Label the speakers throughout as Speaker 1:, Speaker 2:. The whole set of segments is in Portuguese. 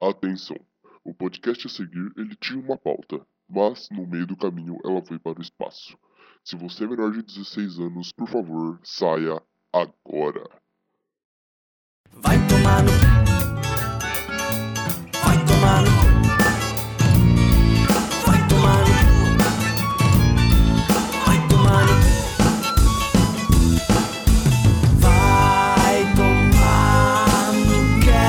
Speaker 1: Atenção! O podcast a seguir ele tinha uma pauta, mas no meio do caminho ela foi para o espaço. Se você é menor de 16 anos, por favor, saia agora.
Speaker 2: Vai tomar no Vai tomar no Vai tomar no Vai tomar no Vai tomar no cast.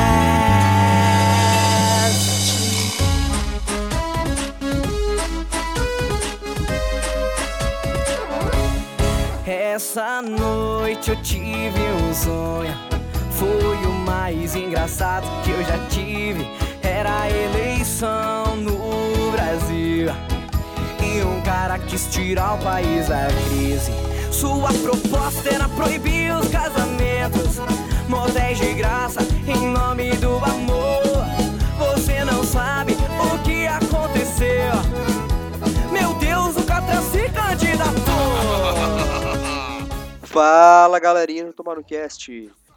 Speaker 2: Essa noite eu tive um sonho. Foi o mais engraçado que eu já tive. Era a eleição no Brasil. E um cara quis tirar o país da crise. Sua proposta era proibir os casamentos. Motéis de graça em nome do amor. Você não sabe o que aconteceu. Meu Deus, o Catra se candidatou.
Speaker 3: Fala galerinha do Tomarucast,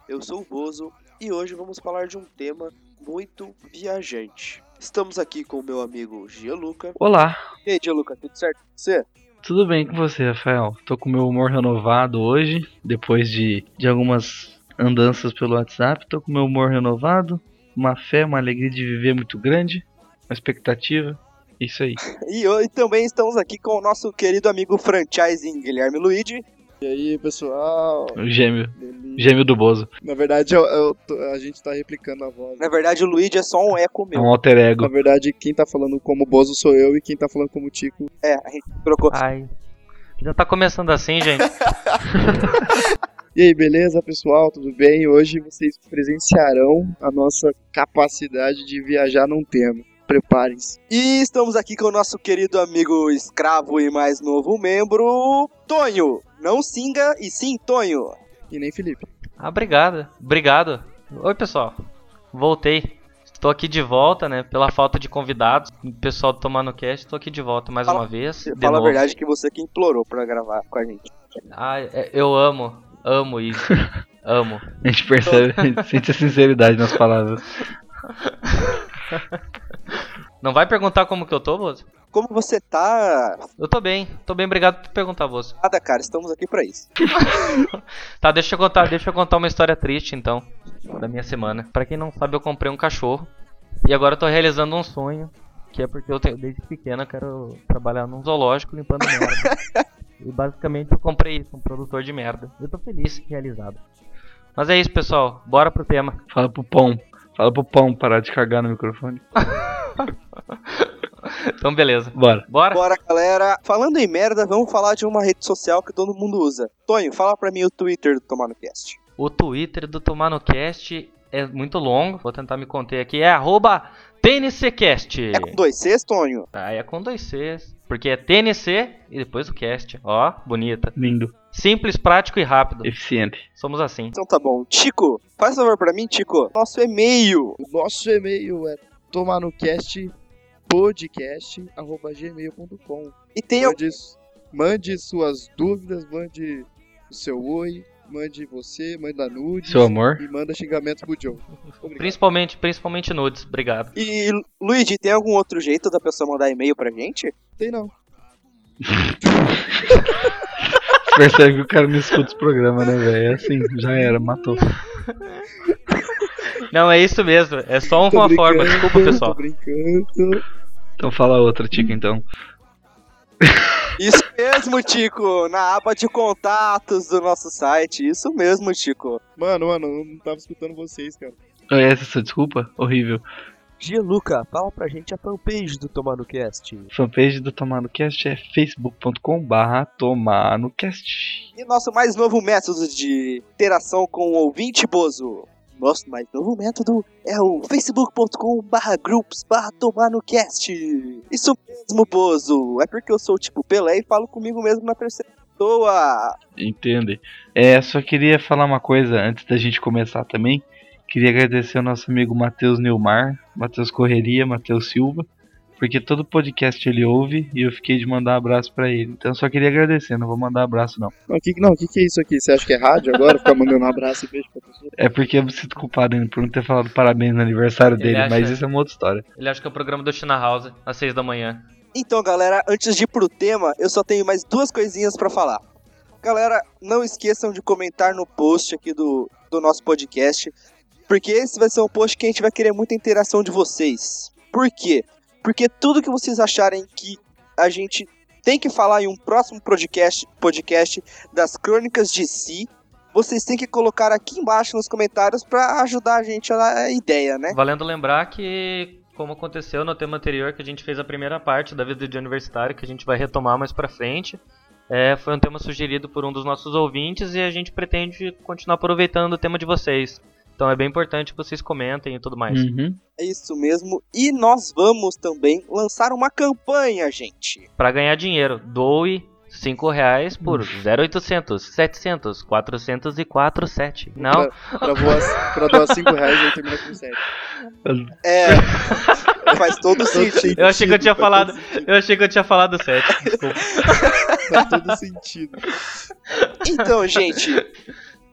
Speaker 3: eu sou o Bozo e hoje vamos falar de um tema muito viajante. Estamos aqui com o meu amigo Gianluca.
Speaker 4: Olá,
Speaker 3: E aí, Gianluca, tudo certo com você?
Speaker 4: tudo bem com você, Rafael? Tô com meu humor renovado hoje, depois de, de algumas andanças pelo WhatsApp. Tô com meu humor renovado, uma fé, uma alegria de viver muito grande, uma expectativa. Isso aí.
Speaker 3: E hoje também estamos aqui com o nosso querido amigo franchising Guilherme Luigi.
Speaker 5: E aí, pessoal?
Speaker 4: O gêmeo,
Speaker 5: Ele-
Speaker 4: gêmeo do Bozo.
Speaker 5: Na verdade, eu- eu tô- a gente tá replicando a voz.
Speaker 3: Na verdade, o Luigi é só um eco
Speaker 4: É
Speaker 3: meu.
Speaker 4: um alter
Speaker 5: Na
Speaker 4: ego.
Speaker 5: verdade, quem tá falando como Bozo sou eu e quem tá falando como Tico.
Speaker 3: É, a gente trocou.
Speaker 6: Ai. Já tá começando assim, gente?
Speaker 5: E aí, beleza, pessoal? Tudo bem? Hoje vocês presenciarão a nossa capacidade de viajar num tema. Preparem-se.
Speaker 3: E estamos aqui com o nosso querido amigo escravo e mais novo membro, Tonho. Não Singa e sim Tonho.
Speaker 5: E nem Felipe.
Speaker 6: Ah, obrigado. Obrigado. Oi, pessoal. Voltei. Estou aqui de volta, né? Pela falta de convidados. O Pessoal do Tomando Cast, estou aqui de volta mais
Speaker 3: Fala-
Speaker 6: uma vez. De
Speaker 3: Fala a
Speaker 6: novo.
Speaker 3: verdade que você que implorou pra gravar com a gente.
Speaker 6: Ah, é- eu amo. Amo isso. amo.
Speaker 4: A gente percebe, a gente sente a sinceridade nas palavras.
Speaker 6: Não vai perguntar como que eu tô, Bozo?
Speaker 3: Como você tá?
Speaker 6: Eu tô bem. Tô bem, obrigado por perguntar, Bozo.
Speaker 3: Nada, cara, estamos aqui pra isso.
Speaker 6: Tá, deixa eu contar, deixa eu contar uma história triste, então. Da minha semana. Pra quem não sabe, eu comprei um cachorro. E agora eu tô realizando um sonho. Que é porque eu tenho, desde pequena eu quero trabalhar num zoológico limpando merda. e basicamente eu comprei isso, um produtor de merda. Eu tô feliz e realizado. Mas é isso, pessoal. Bora pro tema.
Speaker 4: Fala pro pão. Fala pro pão parar de cagar no microfone.
Speaker 6: Então, beleza.
Speaker 4: Bora.
Speaker 6: Bora?
Speaker 3: Bora, galera. Falando em merda, vamos falar de uma rede social que todo mundo usa. Tonho, fala pra mim o Twitter do Tomar no Cast.
Speaker 6: O Twitter do TomanoCast é muito longo. Vou tentar me conter aqui. É arroba TNCCast.
Speaker 3: É com dois Cs, Tonho?
Speaker 6: Tá, é com dois Cs. Porque é TNC e depois o cast. Ó, bonita.
Speaker 4: Lindo.
Speaker 6: Simples, prático e rápido.
Speaker 4: Eficiente.
Speaker 6: Somos assim.
Speaker 3: Então tá bom. Tico, faz favor pra mim, Tico. Nosso e-mail.
Speaker 5: O nosso e-mail é tomanocastpodcast.gmail.com
Speaker 3: E tem
Speaker 5: Mande, mande suas dúvidas, mande o seu oi, mande você, manda nudes.
Speaker 4: Seu amor.
Speaker 5: E manda xingamento pro John. Obrigado.
Speaker 6: Principalmente, principalmente nudes. Obrigado.
Speaker 3: E, Luigi, tem algum outro jeito da pessoa mandar e-mail pra gente?
Speaker 5: Tem não.
Speaker 4: Percebe que o cara não escuta os programas, né, velho? É assim, já era, matou.
Speaker 6: Não, é isso mesmo. É só
Speaker 5: Tô
Speaker 6: uma forma.
Speaker 5: brincando,
Speaker 6: Desculpa, pessoal.
Speaker 5: Tô brincando.
Speaker 4: Então fala outra, Tico, então.
Speaker 3: Isso mesmo, Tico. Na aba de contatos do nosso site. Isso mesmo, Tico.
Speaker 5: Mano, mano, eu não tava escutando vocês, cara.
Speaker 4: Ah, Essa é a sua desculpa? Horrível.
Speaker 3: Gianluca, fala pra gente a fanpage do Tomar no Cast.
Speaker 4: fanpage do Tomar no Cast é facebook.com barra Tomar no Cast.
Speaker 3: E nosso mais novo método de interação com o ouvinte Bozo. Nosso mais novo método é o facebook.com barra groups barra tomar no cast. Isso mesmo, Bozo. É porque eu sou tipo Pelé e falo comigo mesmo na terceira pessoa.
Speaker 4: Entende? É, só queria falar uma coisa antes da gente começar também. Queria agradecer ao nosso amigo Matheus Neumar, Matheus Correria, Matheus Silva, porque todo podcast ele ouve e eu fiquei de mandar abraço pra ele. Então eu só queria agradecer, não vou mandar abraço não.
Speaker 5: Não, o que, não, que, que é isso aqui? Você acha que é rádio agora? Ficar mandando um abraço e beijo pra pessoa?
Speaker 4: É porque eu me sinto culpado ainda por não ter falado parabéns no aniversário
Speaker 6: Ele
Speaker 4: dele,
Speaker 6: acha-
Speaker 4: mas isso é uma outra história.
Speaker 6: Ele acha que é o programa do China House, às 6 da manhã.
Speaker 3: Então, galera, antes de ir pro tema, eu só tenho mais duas coisinhas pra falar. Galera, não esqueçam de comentar no post aqui do, do nosso podcast, porque esse vai ser um post que a gente vai querer muita interação de vocês. Por quê? Porque tudo que vocês acharem que a gente tem que falar em um próximo podcast, podcast das Crônicas de Si, vocês têm que colocar aqui embaixo nos comentários pra ajudar a gente a a ideia, né?
Speaker 6: Valendo lembrar que, como aconteceu no tema anterior, que a gente fez a primeira parte da vida de universitário, que a gente vai retomar mais pra frente, é, foi um tema sugerido por um dos nossos ouvintes e a gente pretende continuar aproveitando o tema de vocês. Então é bem importante que vocês comentem e tudo mais.
Speaker 4: Uhum.
Speaker 3: É isso mesmo. E nós vamos também lançar uma campanha, gente.
Speaker 6: Pra ganhar dinheiro, doe 5 reais por 0800, 700, 400 e 47. Não,
Speaker 5: Pra, pra voar, pra doar 5 reais eu termino com 7.
Speaker 3: É. faz todo sentido.
Speaker 6: eu achei que eu tinha falado, eu achei que eu tinha falado 7, desculpa.
Speaker 5: Faz todo sentido.
Speaker 3: Então, gente,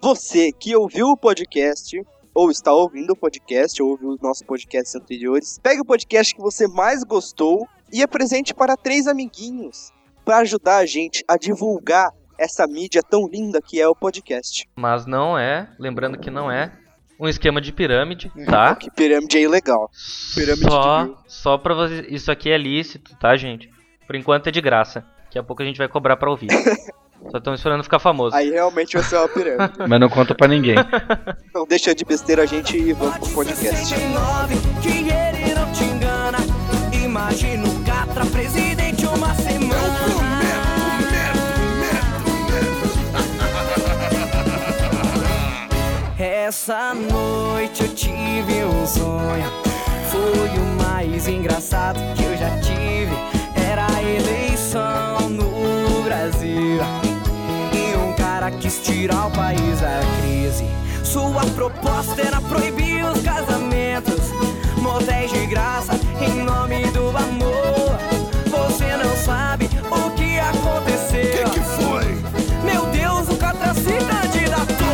Speaker 3: você que ouviu o podcast, ou está ouvindo o podcast, ou ouviu os nossos podcasts anteriores, pegue o podcast que você mais gostou e apresente para três amiguinhos para ajudar a gente a divulgar essa mídia tão linda que é o podcast.
Speaker 6: Mas não é, lembrando que não é um esquema de pirâmide, tá?
Speaker 3: Que pirâmide é legal.
Speaker 5: Pirâmide
Speaker 6: só,
Speaker 5: de Bill.
Speaker 6: só pra vocês. Isso aqui é lícito, tá, gente? Por enquanto é de graça. Daqui a pouco a gente vai cobrar pra ouvir. só estamos esperando ficar famoso.
Speaker 3: Aí realmente você é uma pirâmide.
Speaker 4: Mas não conta pra ninguém.
Speaker 3: Então deixa de besteira a gente e vamos pro podcast.
Speaker 2: 69, que ele não te engana. Imagina o Catra presidente uma semana. Essa noite eu tive um sonho. Foi o mais engraçado que eu já tive. Era a eleição no Brasil. E um cara quis tirar o país da crise. Sua proposta era proibir os casamentos, motéis de graça em nome do amor. Você não sabe o que aconteceu. O que, foi? Meu Deus, o Catra se candidatou.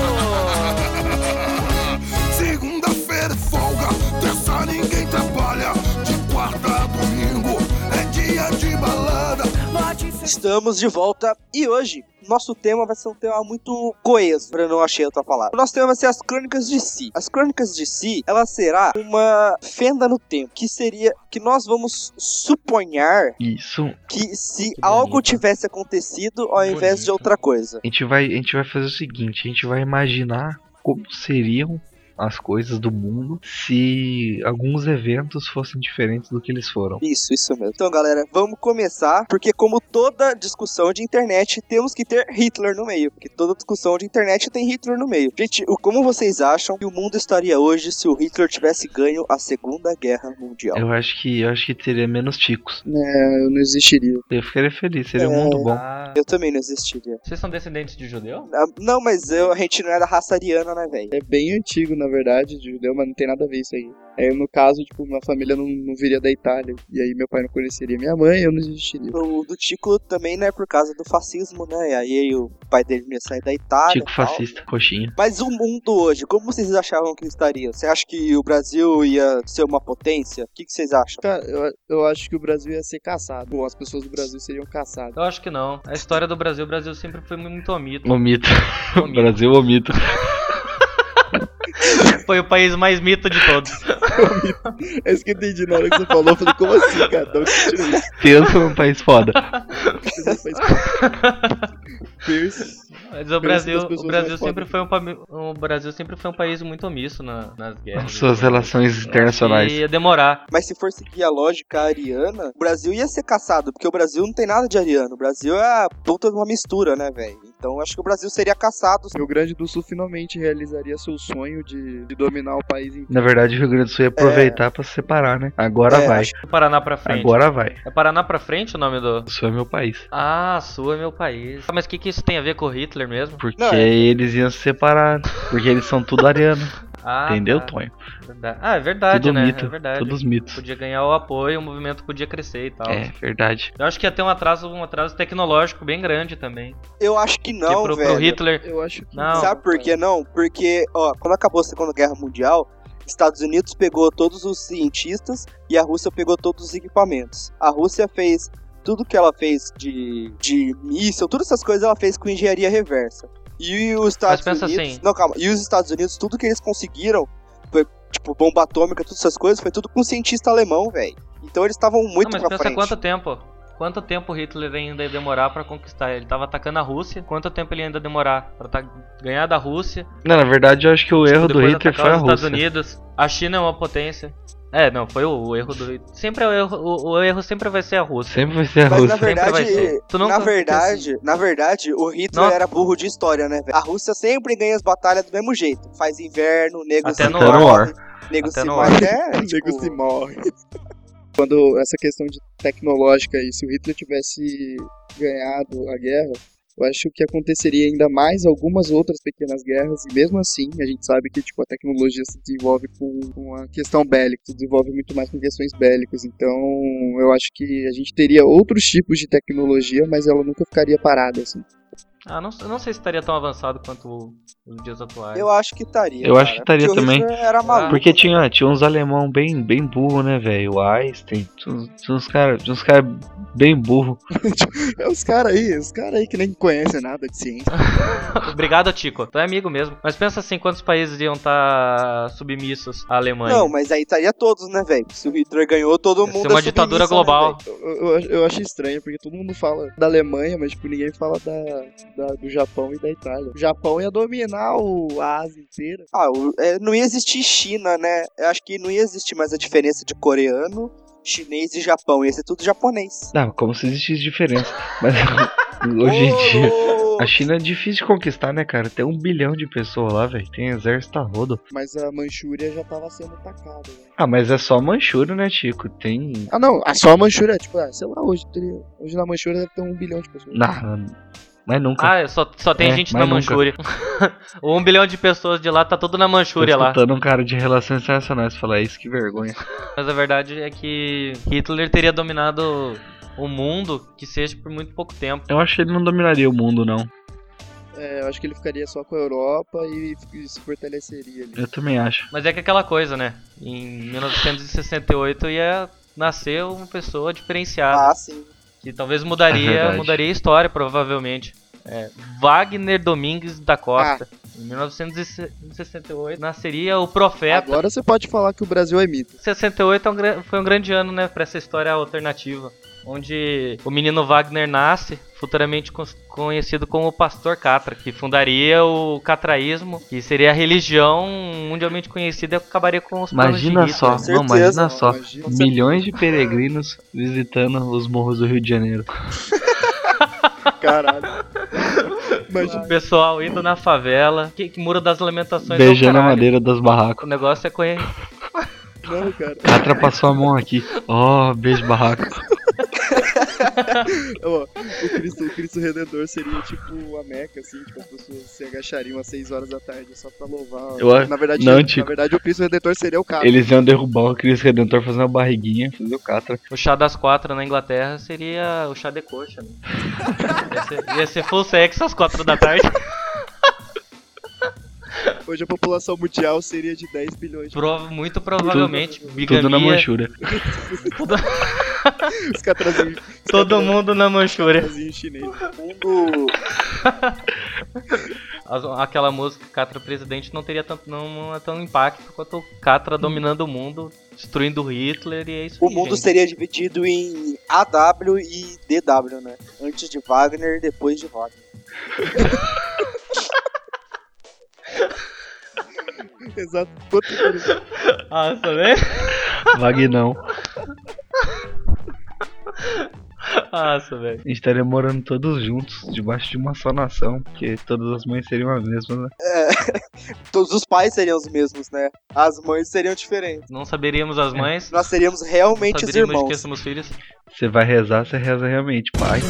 Speaker 7: Segunda-feira é folga, terça ninguém trabalha. De quarta a domingo é dia de balada.
Speaker 2: Vote seu
Speaker 3: Estamos de volta e hoje nosso tema vai ser um tema muito coeso, pra eu não achei outra palavra. O nosso tema vai ser as crônicas de si. As crônicas de si, ela será uma fenda no tempo, que seria que nós vamos suponhar
Speaker 4: Isso.
Speaker 3: que se
Speaker 6: bonito.
Speaker 3: algo tivesse acontecido ao invés de
Speaker 6: bonito.
Speaker 3: outra coisa.
Speaker 4: A gente vai, a gente vai fazer o seguinte, a gente vai imaginar como seriam as coisas do mundo se alguns eventos fossem diferentes do que eles foram.
Speaker 3: Isso, isso mesmo. Então, galera, vamos começar, porque como toda discussão de internet, temos que ter Hitler no meio, porque toda discussão de internet tem Hitler no meio. Gente, o como vocês acham que o mundo estaria hoje se o Hitler tivesse ganho a Segunda Guerra Mundial?
Speaker 4: Eu acho que eu acho que teria menos ticos.
Speaker 5: É, eu não existiria.
Speaker 4: Eu ficaria feliz, seria um
Speaker 3: É,
Speaker 4: mundo bom.
Speaker 6: Ah,
Speaker 3: Eu também não existiria.
Speaker 6: vocês são descendentes de judeu?
Speaker 3: Ah, Não, mas eu- a gente não era raça ariana, né, velho?
Speaker 5: É bem antigo, na verdade, de judeu, mas não tem nada a ver isso aí. É, no caso, tipo, minha família não, não viria da Itália. E aí meu pai não conheceria minha mãe, eu não existiria.
Speaker 3: O do Tico também, né, por causa do fascismo, né? E aí o pai dele ia sair da Itália.
Speaker 4: Tico
Speaker 3: e tal.
Speaker 4: fascista, coxinha.
Speaker 3: Mas o mundo hoje, como vocês achavam que estaria? Você acha que o Brasil ia ser uma potência? O que, que vocês acham?
Speaker 5: Cara, eu, eu acho que o Brasil ia ser caçado. Bom, as pessoas do Brasil seriam caçadas.
Speaker 6: Eu acho que não. A história do Brasil, o Brasil sempre foi muito omito.
Speaker 4: O mito. Brasil o mito.
Speaker 6: Foi o país mais mito de todos.
Speaker 5: É isso que eu entendi na hora que você falou. Eu falei, como assim, cara? Não, tirou isso.
Speaker 4: Pensa num país foda.
Speaker 5: Você faz- Pierce.
Speaker 6: Mas o
Speaker 5: que
Speaker 6: Brasil,
Speaker 5: as pessoas
Speaker 6: o Brasil
Speaker 5: mais
Speaker 6: sempre
Speaker 5: pobres.
Speaker 6: foi um pami- o Brasil sempre foi um país muito omisso na- nas guerras.
Speaker 4: Suas relações
Speaker 6: E
Speaker 4: internacionais.
Speaker 6: ia demorar.
Speaker 3: Mas se for seguir a lógica ariana, o Brasil ia ser caçado, porque o Brasil não tem nada de ariano. O Brasil é a puta de uma mistura, né, velho? Então acho que o Brasil seria caçado.
Speaker 5: Rio Grande do Sul finalmente realizaria seu sonho de, de dominar o país inteiro.
Speaker 4: Na verdade, o Rio Grande do Sul ia aproveitar pra se separar, né? Agora
Speaker 3: É,
Speaker 4: vai.
Speaker 3: acho
Speaker 6: Do Paraná pra frente.
Speaker 4: Agora vai.
Speaker 6: É Paraná pra frente o nome do.
Speaker 4: O Sul é meu país.
Speaker 6: Ah, sua é meu país. Ah, Mas o que, que isso tem a ver com o Hitler mesmo?
Speaker 4: Porque
Speaker 3: Não, é-
Speaker 4: eles iam se separar. Porque eles são tudo ariano.
Speaker 6: Ah,
Speaker 4: entendeu,
Speaker 6: tá.
Speaker 4: Tonho?
Speaker 6: Verdade. Ah, é verdade,
Speaker 4: Tudo
Speaker 6: né?
Speaker 4: mito,
Speaker 6: É verdade.
Speaker 4: todos mitos.
Speaker 6: Podia ganhar o apoio, o movimento podia crescer e tal.
Speaker 4: É, verdade.
Speaker 6: Eu acho que ia ter um atraso, um atraso tecnológico bem grande também.
Speaker 3: Eu acho que
Speaker 6: Porque
Speaker 3: não,
Speaker 6: pro, pro
Speaker 3: velho.
Speaker 6: Hitler.
Speaker 5: Eu acho que.
Speaker 6: Não.
Speaker 3: Sabe por que não? Porque, ó, quando acabou a Segunda Guerra Mundial, Estados Unidos pegou todos os cientistas e a Rússia pegou todos os equipamentos. A Rússia fez tudo que ela fez de, de míssil, todas essas coisas ela fez com engenharia reversa. E os Estados
Speaker 6: pensa
Speaker 3: Unidos.
Speaker 6: assim.
Speaker 3: Não, calma. E os Estados Unidos, tudo que eles conseguiram, foi, tipo, bomba atômica, todas essas coisas, foi tudo com cientista alemão, velho. Então eles estavam muito
Speaker 6: não, mas
Speaker 3: pra
Speaker 6: pensa
Speaker 3: frente.
Speaker 6: quanto tempo. Quanto tempo o Hitler ainda ia demorar pra conquistar? Ele tava atacando a Rússia. Quanto tempo ele ia ainda demorar pra tá- ganhar da Rússia?
Speaker 4: Não, na verdade, eu acho que o erro do
Speaker 6: depois
Speaker 4: Hitler
Speaker 6: atacar
Speaker 4: foi a
Speaker 6: os Estados
Speaker 4: Rússia.
Speaker 6: Unidos. A China é uma potência. É, não, foi o, o erro do Hitler. Sempre é o erro, o, o erro sempre vai ser a Rússia.
Speaker 4: Sempre vai ser a
Speaker 3: Mas na
Speaker 4: Rússia.
Speaker 6: Sempre vai
Speaker 3: verdade,
Speaker 6: ser. Tu nunca-
Speaker 3: na
Speaker 4: é assim.
Speaker 3: verdade, na verdade, o Hitler
Speaker 6: Nossa.
Speaker 3: era burro de história, né, velho? A Rússia sempre ganha as batalhas do mesmo jeito. Faz inverno, nego
Speaker 6: Até
Speaker 3: se
Speaker 6: no
Speaker 4: ar.
Speaker 3: nego
Speaker 6: Até
Speaker 3: se
Speaker 6: no
Speaker 3: mata.
Speaker 5: O
Speaker 3: É,
Speaker 5: nego se
Speaker 3: tipo,
Speaker 5: morre. Quando essa questão de tecnológica e se o Hitler tivesse ganhado a guerra, eu acho que aconteceria ainda mais algumas outras pequenas guerras, e mesmo assim, a gente sabe que tipo, a tecnologia se desenvolve com, com a questão bélica, se desenvolve muito mais com questões bélicas. Então, eu acho que a gente teria outros tipos de tecnologia, mas ela nunca ficaria parada, assim.
Speaker 6: Ah, não, eu não sei se estaria tão avançado quanto o- os dias atuais.
Speaker 3: eu acho que estaria.
Speaker 4: Eu acho que
Speaker 3: cara,
Speaker 4: estaria
Speaker 3: porque o
Speaker 4: também. Ah.
Speaker 3: Hitler era maluco.
Speaker 4: Porque tinha, tinha uns alemão bem, bem burro, né, velho? O Einstein, tinha tinha uns caras uns cara bem burro.
Speaker 5: É os caras aí, os caras aí que nem conhecem nada de ciência.
Speaker 6: Obrigado, Tico. Tu é amigo mesmo. Mas pensa assim, quantos países iam estar submissos à Alemanha?
Speaker 3: Não, mas aí estaria todos, né, velho? Se o Hitler ganhou, todo
Speaker 6: Ia
Speaker 3: mundo.
Speaker 6: ser
Speaker 3: é
Speaker 6: uma
Speaker 3: submissa,
Speaker 6: ditadura
Speaker 3: né,
Speaker 6: global.
Speaker 5: Eu, eu, acho- eu acho estranho, porque todo mundo fala da Alemanha, mas tipo, ninguém fala da, da- do Japão e da Itália. O Japão ia dominar o, a Ásia inteira.
Speaker 3: Ah, o- é, não ia existir China, né? Eu acho que não ia existir mais a diferença de coreano, chinês e Japão. Ia ser tudo japonês.
Speaker 4: Ah, como se existisse diferença. Mas hoje em dia.
Speaker 3: Ô,
Speaker 4: A China é difícil de conquistar, né, cara? Tem um bilhão de pessoas lá, velho. Tem exército a rodo.
Speaker 5: Mas a Manchúria já tava sendo atacada. né?
Speaker 4: Ah, mas é só Manchúria, né, Chico? Tem.
Speaker 5: Ah, não, a só a Manchúria, tipo, ah, sei lá, hoje, teria- hoje na Manchúria deve ter um bilhão de pessoas.
Speaker 4: Nah, mas nunca.
Speaker 6: Ah, só, só tem
Speaker 4: É,
Speaker 6: gente
Speaker 4: mas
Speaker 6: na
Speaker 4: nunca.
Speaker 6: Manchúria. um bilhão de pessoas de lá, tá tudo na
Speaker 4: Tô
Speaker 6: Manchúria lá.
Speaker 4: escutando um cara de relações internacionais falar isso, que vergonha.
Speaker 6: Mas a verdade é que Hitler teria dominado o mundo, que seja por muito pouco tempo.
Speaker 4: Eu acho que ele não dominaria o mundo, não.
Speaker 5: É, eu acho que ele ficaria só com a Europa e, e se fortaleceria ali.
Speaker 4: Eu também acho.
Speaker 6: Mas é que aquela coisa, né? Em 1968 ia nascer uma pessoa diferenciada.
Speaker 3: Ah, sim.
Speaker 6: que talvez
Speaker 4: É
Speaker 6: mudaria,
Speaker 4: verdade.
Speaker 6: mudaria a história, provavelmente. É, Wagner Domingues da Costa.
Speaker 5: Ah.
Speaker 6: Em 1968 nasceria o Profeta.
Speaker 5: Agora você pode falar que o Brasil é mito.
Speaker 6: 68 é um gran- foi um grande ano, né, para essa história alternativa, onde o menino Wagner nasce, futuramente cons- conhecido como o Pastor Catra, que fundaria o catraísmo, que seria a religião mundialmente conhecida e acabaria com os planos de
Speaker 4: Imagina
Speaker 6: Hitler.
Speaker 4: só,
Speaker 3: certeza,
Speaker 4: não, imagina
Speaker 3: não,
Speaker 4: só.
Speaker 5: Imagina.
Speaker 4: Milhões de peregrinos visitando os morros do Rio de Janeiro.
Speaker 5: Caralho. Imagina.
Speaker 6: O pessoal indo na favela, que, que muro das lamentações. é o
Speaker 4: beijando a
Speaker 6: caralho.
Speaker 4: madeira dos barracos.
Speaker 6: O negócio é conhecer.
Speaker 5: Não, cara.
Speaker 4: Catra passou a mão aqui. Ó, beijo barraco.
Speaker 5: Ó, o, Cristo, o Cristo Redentor seria tipo a Meca, assim, tipo, as pessoas se agachariam às 6 horas da tarde só pra louvar.
Speaker 4: Eu acho-
Speaker 5: na verdade,
Speaker 4: não,
Speaker 5: na
Speaker 4: Tico.
Speaker 5: verdade, o Cristo Redentor seria o cara.
Speaker 4: Eles iam derrubar o Cristo Redentor fazendo uma barriguinha, fazer o Catra.
Speaker 6: O chá das quatro na Inglaterra seria o chá de coxa, né? ia, ser, ia ser full sex às quatro da tarde.
Speaker 5: Hoje a população mundial seria de 10 bilhões. de
Speaker 6: Prova, muito provavelmente, bigamia,
Speaker 4: Tudo na manchura.
Speaker 5: Os catrazinhos. os
Speaker 6: todo
Speaker 5: catrazinhos-
Speaker 6: mundo na Manchúria.
Speaker 5: catrazinhos chineses.
Speaker 3: Mundo.
Speaker 6: As- Aquela música Catra Presidente não teria tanto, não, não é tão impacto quanto o Catra dominando o mundo, destruindo o Hitler e é isso
Speaker 3: O
Speaker 6: aí,
Speaker 3: mundo
Speaker 6: gente.
Speaker 3: seria dividido em AW e DW, né? Antes de Wagner, depois de Wagner.
Speaker 5: Exato. Quanto que-
Speaker 6: Nossa, né?
Speaker 4: Vagnão.
Speaker 6: Nossa, velho.
Speaker 4: A gente estaria morando todos juntos, debaixo de uma só nação, porque todas as mães seriam as mesmas, né?
Speaker 3: Todos os pais seriam os mesmos, né? As mães seriam diferentes.
Speaker 6: Não saberíamos as mães,
Speaker 3: Nós seríamos
Speaker 6: não
Speaker 3: realmente os
Speaker 6: saberíamos de que
Speaker 3: irmãos.
Speaker 6: somos filhos.
Speaker 4: Você vai rezar, você reza realmente, pai.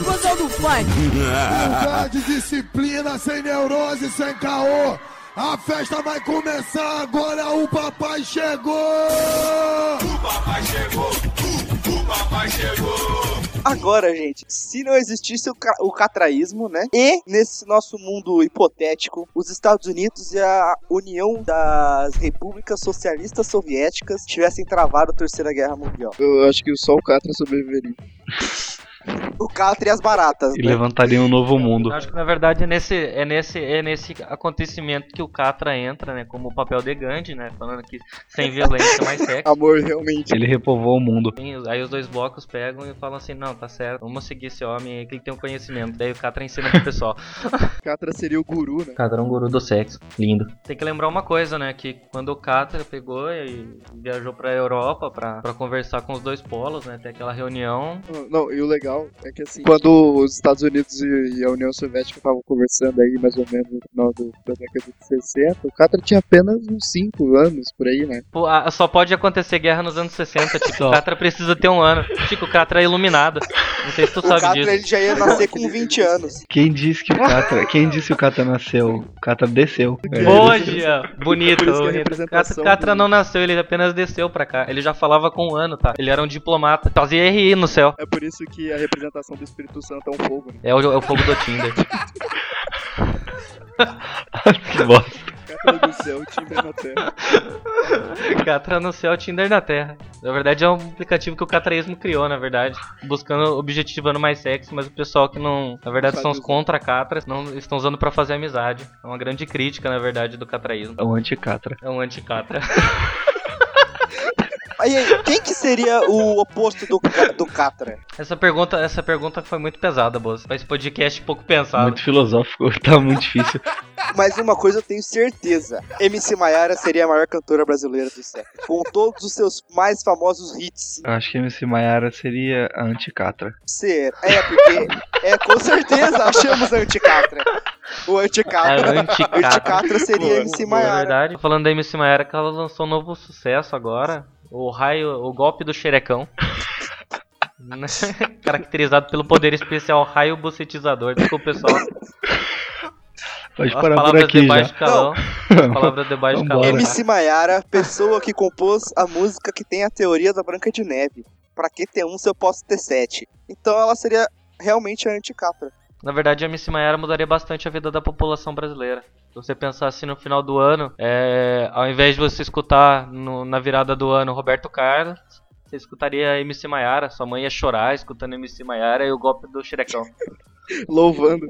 Speaker 2: Explosão do funk.
Speaker 7: Humildade, disciplina, sem neurose, sem caô. A festa vai começar agora, o papai chegou!
Speaker 3: Agora, gente, se não existisse o, ca- o catraísmo, né? E nesse nosso mundo hipotético, os Estados Unidos e a União das Repúblicas Socialistas Soviéticas tivessem travado a Terceira Guerra Mundial.
Speaker 5: Eu acho que só o Catra sobreviveria.
Speaker 3: O catra e as baratas.
Speaker 4: E
Speaker 3: né?
Speaker 4: levantaria um novo mundo.
Speaker 6: Eu acho que na verdade é nesse, é nesse, é nesse acontecimento que o Catra entra, né? Como o papel de Gandhi, né? Falando que sem violência mais sexo.
Speaker 5: Amor, realmente.
Speaker 4: Ele repovou o mundo.
Speaker 6: Aí os dois blocos pegam e falam assim, não, tá certo, vamos seguir esse homem aí que ele tem um conhecimento. Daí o Catra ensina pro pessoal.
Speaker 5: O Catra seria o guru, né?
Speaker 6: Catra é um guru do sexo. Lindo. Tem que lembrar uma coisa, né? Que quando o Catra pegou e viajou pra Europa pra, pra conversar com os dois polos, né? Tem aquela reunião.
Speaker 5: Não, e o legal é que assim, quando os Estados Unidos e e a União Soviética estavam conversando aí, mais ou menos no final do- da década de 60, o Catra tinha apenas uns 5 anos por aí, né?
Speaker 6: Pô, a- só pode acontecer guerra nos anos 60, Chico. O Catra precisa ter um ano. Chico, o Catra é iluminado. Não sei se tu
Speaker 3: O
Speaker 6: sabe
Speaker 3: catra
Speaker 5: é
Speaker 6: disso.
Speaker 3: ele já ia nascer com 20 anos.
Speaker 4: Quem disse que o Catra. Quem disse que o Catra nasceu? O Catra desceu. É.
Speaker 6: Boa, Jean. Bonito.
Speaker 5: Por isso que a
Speaker 6: bonito.
Speaker 5: representação
Speaker 6: Catra, Catra
Speaker 5: do-
Speaker 6: não nasceu, ele apenas desceu pra cá. Ele já falava com um ano, tá? Ele era um diplomata. Fazia RI no céu.
Speaker 5: É por isso que a representação do Espírito Santo é um fogo, né?
Speaker 6: É o, é o fogo do Tinder.
Speaker 4: Que bosta.
Speaker 5: Catra do céu, timbre na terra.
Speaker 6: Catra no céu, Tinder na terra. Na verdade é um aplicativo que o catraísmo criou, na verdade. Buscando, objetivando mais sexo, mas o pessoal que não... Na verdade
Speaker 5: Sabe
Speaker 6: são os
Speaker 5: usar.
Speaker 6: contra-catras, não estão usando pra fazer amizade. É uma grande crítica, na verdade, do catraísmo.
Speaker 4: É um anti-Catra.
Speaker 6: É um anti-catra.
Speaker 3: Aí, aí, quem que seria o oposto do, ca- do catra?
Speaker 6: Essa pergunta, essa pergunta foi muito pesada, Boas. Mas esse podcast pouco pensado.
Speaker 4: Muito filosófico. Tá muito difícil.
Speaker 3: Mas uma coisa eu tenho certeza: MC Maiara seria a maior cantora brasileira do século, com todos os seus mais famosos hits.
Speaker 4: Eu acho que MC Maiara seria a anti-Catra.
Speaker 3: Ser. É, porque. É, com certeza achamos a Anticatra. O
Speaker 6: É um
Speaker 3: Anticatra. É, O
Speaker 6: Anti-catra.
Speaker 3: Anticatra seria MC
Speaker 6: Na
Speaker 3: Maiara.
Speaker 6: é verdade, falando da MC Maiara, que ela lançou um novo sucesso agora. O raio, o golpe do xerecão. Né? Caracterizado pelo poder especial raio bucetizador. Desculpa, pessoal.
Speaker 4: Pode
Speaker 6: As
Speaker 4: parar por
Speaker 6: palavras
Speaker 4: aqui
Speaker 6: debaixo
Speaker 4: já.
Speaker 6: de calão. As palavras debaixo de calão. Tá?
Speaker 4: Vambora.
Speaker 3: MC Maiara, pessoa que compôs a música que tem a teoria da Branca de Neve. Pra que ter um se eu posso ter sete? Então ela seria realmente a Anticatra.
Speaker 6: Na verdade, a MC Maiara mudaria bastante a vida da população brasileira. Se você pensar assim no final do ano, é, ao invés de você escutar no- na virada do ano Roberto Carlos, você escutaria a MC Maiara. Sua mãe ia chorar escutando a MC Maiara e o golpe do xerecão.
Speaker 5: Louvando.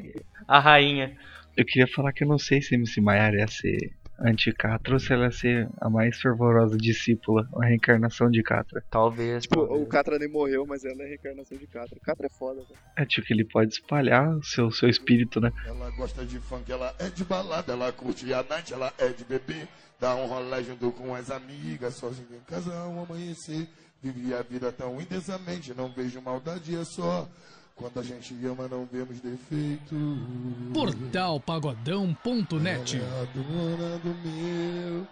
Speaker 6: A rainha.
Speaker 4: Eu queria falar que eu não sei se MC Maiara ia ser anti-Catra ou se ela ia ser a mais fervorosa discípula, a reencarnação de Catra.
Speaker 6: Talvez.
Speaker 5: Tipo,
Speaker 6: talvez.
Speaker 5: o Catra nem morreu, mas ela é a reencarnação de Catra. O Catra é foda, velho.
Speaker 4: É tipo que ele pode espalhar o seu, seu espírito, né?
Speaker 7: Ela gosta de funk, ela é de balada, ela curte a night, ela é de bebê. Dá um rolê junto com as amigas, sozinha em casa ao amanhecer. Vive a vida tão intensamente, não vejo maldade, é só. Quando a gente ama, não vemos defeito.
Speaker 8: Portalpagodão.net
Speaker 7: Ela é a dona do meu.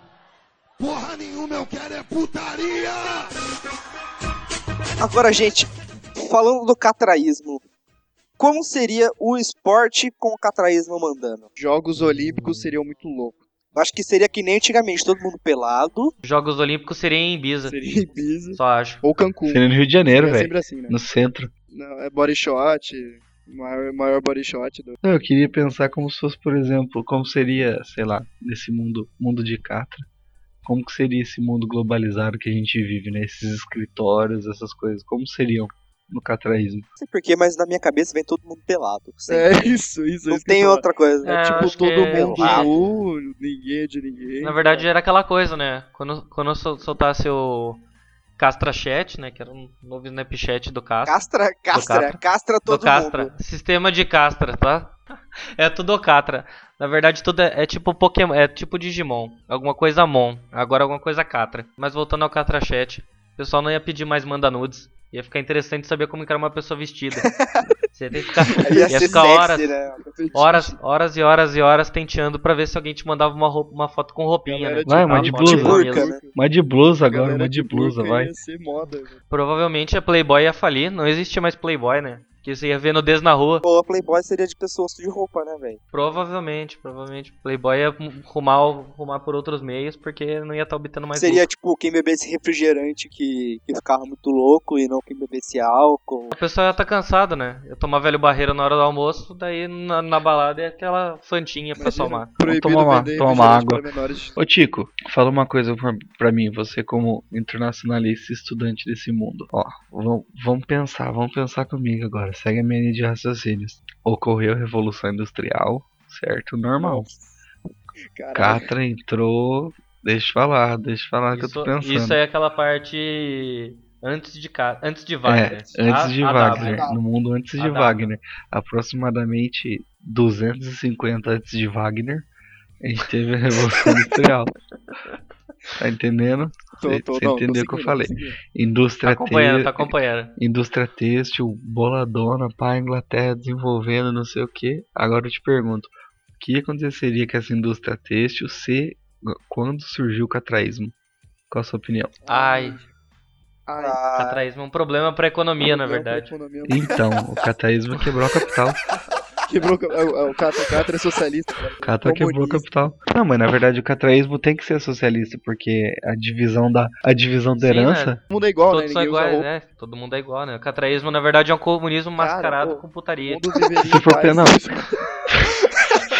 Speaker 7: Porra nenhuma, eu quero é putaria!
Speaker 3: Agora, gente, falando do catraísmo. Como seria o esporte com o catraísmo mandando?
Speaker 5: Jogos Olímpicos seriam muito loucos.
Speaker 3: Eu Acho que seria que nem antigamente, todo mundo pelado.
Speaker 6: Jogos Olímpicos seriam em Ibiza.
Speaker 5: Seria Ibiza.
Speaker 6: Só acho.
Speaker 5: Ou Cancún.
Speaker 4: Seria no Rio de Janeiro,
Speaker 5: é
Speaker 4: velho.
Speaker 5: sempre assim, né?
Speaker 4: No centro.
Speaker 5: Não, é body shot, maior, maior body shot do.
Speaker 4: Não, É, eu queria pensar como se fosse, por exemplo, como seria, sei lá, nesse mundo, mundo de Catra. Como que seria esse mundo globalizado que a gente vive, né? Esses escritórios, essas coisas. Como seriam no catraísmo?
Speaker 3: Não sei porquê, mas na minha cabeça vem todo mundo pelado. sempre.
Speaker 5: É isso, isso.
Speaker 3: Não
Speaker 5: isso que eu
Speaker 3: tem
Speaker 5: ia falar.
Speaker 3: outra coisa.
Speaker 6: É, eu
Speaker 5: tipo,
Speaker 6: acho que
Speaker 5: todo
Speaker 6: é
Speaker 5: mundo
Speaker 6: o rabo.
Speaker 5: nu, ninguém é de ninguém.
Speaker 6: Na verdade era aquela coisa, né? Quando, quando eu sol- soltasse o Castra Chat, né? Que era um novo Snapchat do É, Castra.
Speaker 3: Castra, castra,
Speaker 6: Catra.
Speaker 3: castra, todo
Speaker 6: do Castra.
Speaker 3: mundo.
Speaker 6: Sistema de Castra, tá? É tudo Catra. Na verdade, tudo é, é tipo Pokémon, é tipo Digimon. Alguma coisa Mon, agora alguma coisa Catra. Mas voltando ao Catra Chat, o pessoal não ia pedir mais manda nudes. Ia ficar interessante saber como que era uma pessoa vestida. Você ia ter que ficar,
Speaker 3: Ia,
Speaker 6: ia
Speaker 3: ser
Speaker 6: ficar
Speaker 3: sexy,
Speaker 6: horas,
Speaker 3: né?
Speaker 6: horas, horas e horas e horas tenteando pra ver se alguém te mandava uma, roupa, uma foto com roupinha,
Speaker 5: Galera
Speaker 6: né?
Speaker 5: de
Speaker 4: Vai, mas
Speaker 5: barba,
Speaker 4: de
Speaker 3: De
Speaker 4: blusa.
Speaker 3: burca, né?
Speaker 4: Mas de blusa agora,
Speaker 5: galera
Speaker 4: uma de blusa,
Speaker 5: burca
Speaker 4: vai.
Speaker 5: Ia ser moda. velho.
Speaker 6: é Provavelmente a Playboy ia falir, não existe mais Playboy, né? Que você ia ver nudez na rua.
Speaker 3: Ou a Playboy seria de pessoas de roupa, né, velho?
Speaker 6: Provavelmente, provavelmente. Playboy ia rumar, o- rumar por outros meios, porque não ia estar obtendo mais
Speaker 3: Seria tipo quem bebesse refrigerante que, que ficava muito louco e não quem bebesse álcool.
Speaker 6: O pessoal já tá cansado, né? Eu tomar velho barreira na hora do almoço, daí na, na balada é aquela fantinha pra somar.
Speaker 5: Proibido
Speaker 4: tomar uma-
Speaker 5: vender
Speaker 4: tomar uma
Speaker 5: refrigerante
Speaker 4: água.
Speaker 5: para menores de-
Speaker 4: Ô Tico, fala uma coisa pra- pra mim, você como internacionalista e estudante desse mundo. Ó, vam- vamos pensar, vamos pensar comigo agora. Segue a minha linha de raciocínios. Ocorreu a Revolução Industrial, certo? Normal.
Speaker 5: Caralho.
Speaker 4: Catra entrou. Deixa eu falar, deixa eu falar o Ah, que eu
Speaker 6: Isso,
Speaker 4: tô pensando.
Speaker 6: isso é aquela parte antes de ca... antes de Wagner.
Speaker 4: É, antes
Speaker 6: A-
Speaker 4: de
Speaker 6: a
Speaker 4: Wagner,
Speaker 6: W. Tá
Speaker 4: no mundo antes de
Speaker 6: A W.
Speaker 4: Wagner, aproximadamente 250 antes de Wagner, a gente teve a Revolução Industrial. Tá entendendo? Você
Speaker 5: Tô- tô-
Speaker 4: você
Speaker 5: não, tô
Speaker 4: entendeu o que eu
Speaker 5: seguindo,
Speaker 4: falei?
Speaker 5: tô seguindo.
Speaker 6: Tá
Speaker 4: Indústria,
Speaker 6: acompanhando,
Speaker 4: te-
Speaker 6: tá acompanhando.
Speaker 4: indústria têxtil, boladona, pá, Inglaterra desenvolvendo, não sei o que. Agora eu te pergunto, o que aconteceria com essa indústria têxtil se quando surgiu o catraísmo? Qual a sua opinião?
Speaker 6: Ai,
Speaker 5: Ai,
Speaker 3: Ah,
Speaker 6: catraísmo é um problema pra economia, na
Speaker 5: Não,
Speaker 6: verdade.
Speaker 5: economia não-
Speaker 4: Então, o catraísmo quebrou a capital.
Speaker 5: Quebrou o- o, o Catra, o Catra é socialista. cara.
Speaker 4: Catra quebrou o
Speaker 5: Comunista.
Speaker 4: capital. Não, mas na verdade o catraísmo tem que ser socialista, porque a divisão da, a divisão da
Speaker 6: Sim, né?
Speaker 4: herança.
Speaker 5: Todo mundo é igual, né?
Speaker 6: Todos são
Speaker 5: Ninguém usa
Speaker 6: iguais,
Speaker 5: roupa.
Speaker 6: né? Todo mundo é igual, né? O catraísmo, na verdade, é um comunismo
Speaker 5: Cara,
Speaker 6: mascarado
Speaker 5: pô,
Speaker 6: com
Speaker 5: Todo
Speaker 6: putaria.
Speaker 5: mundo viveria
Speaker 4: Se
Speaker 5: em
Speaker 4: for,
Speaker 5: paz.
Speaker 4: pen- não, se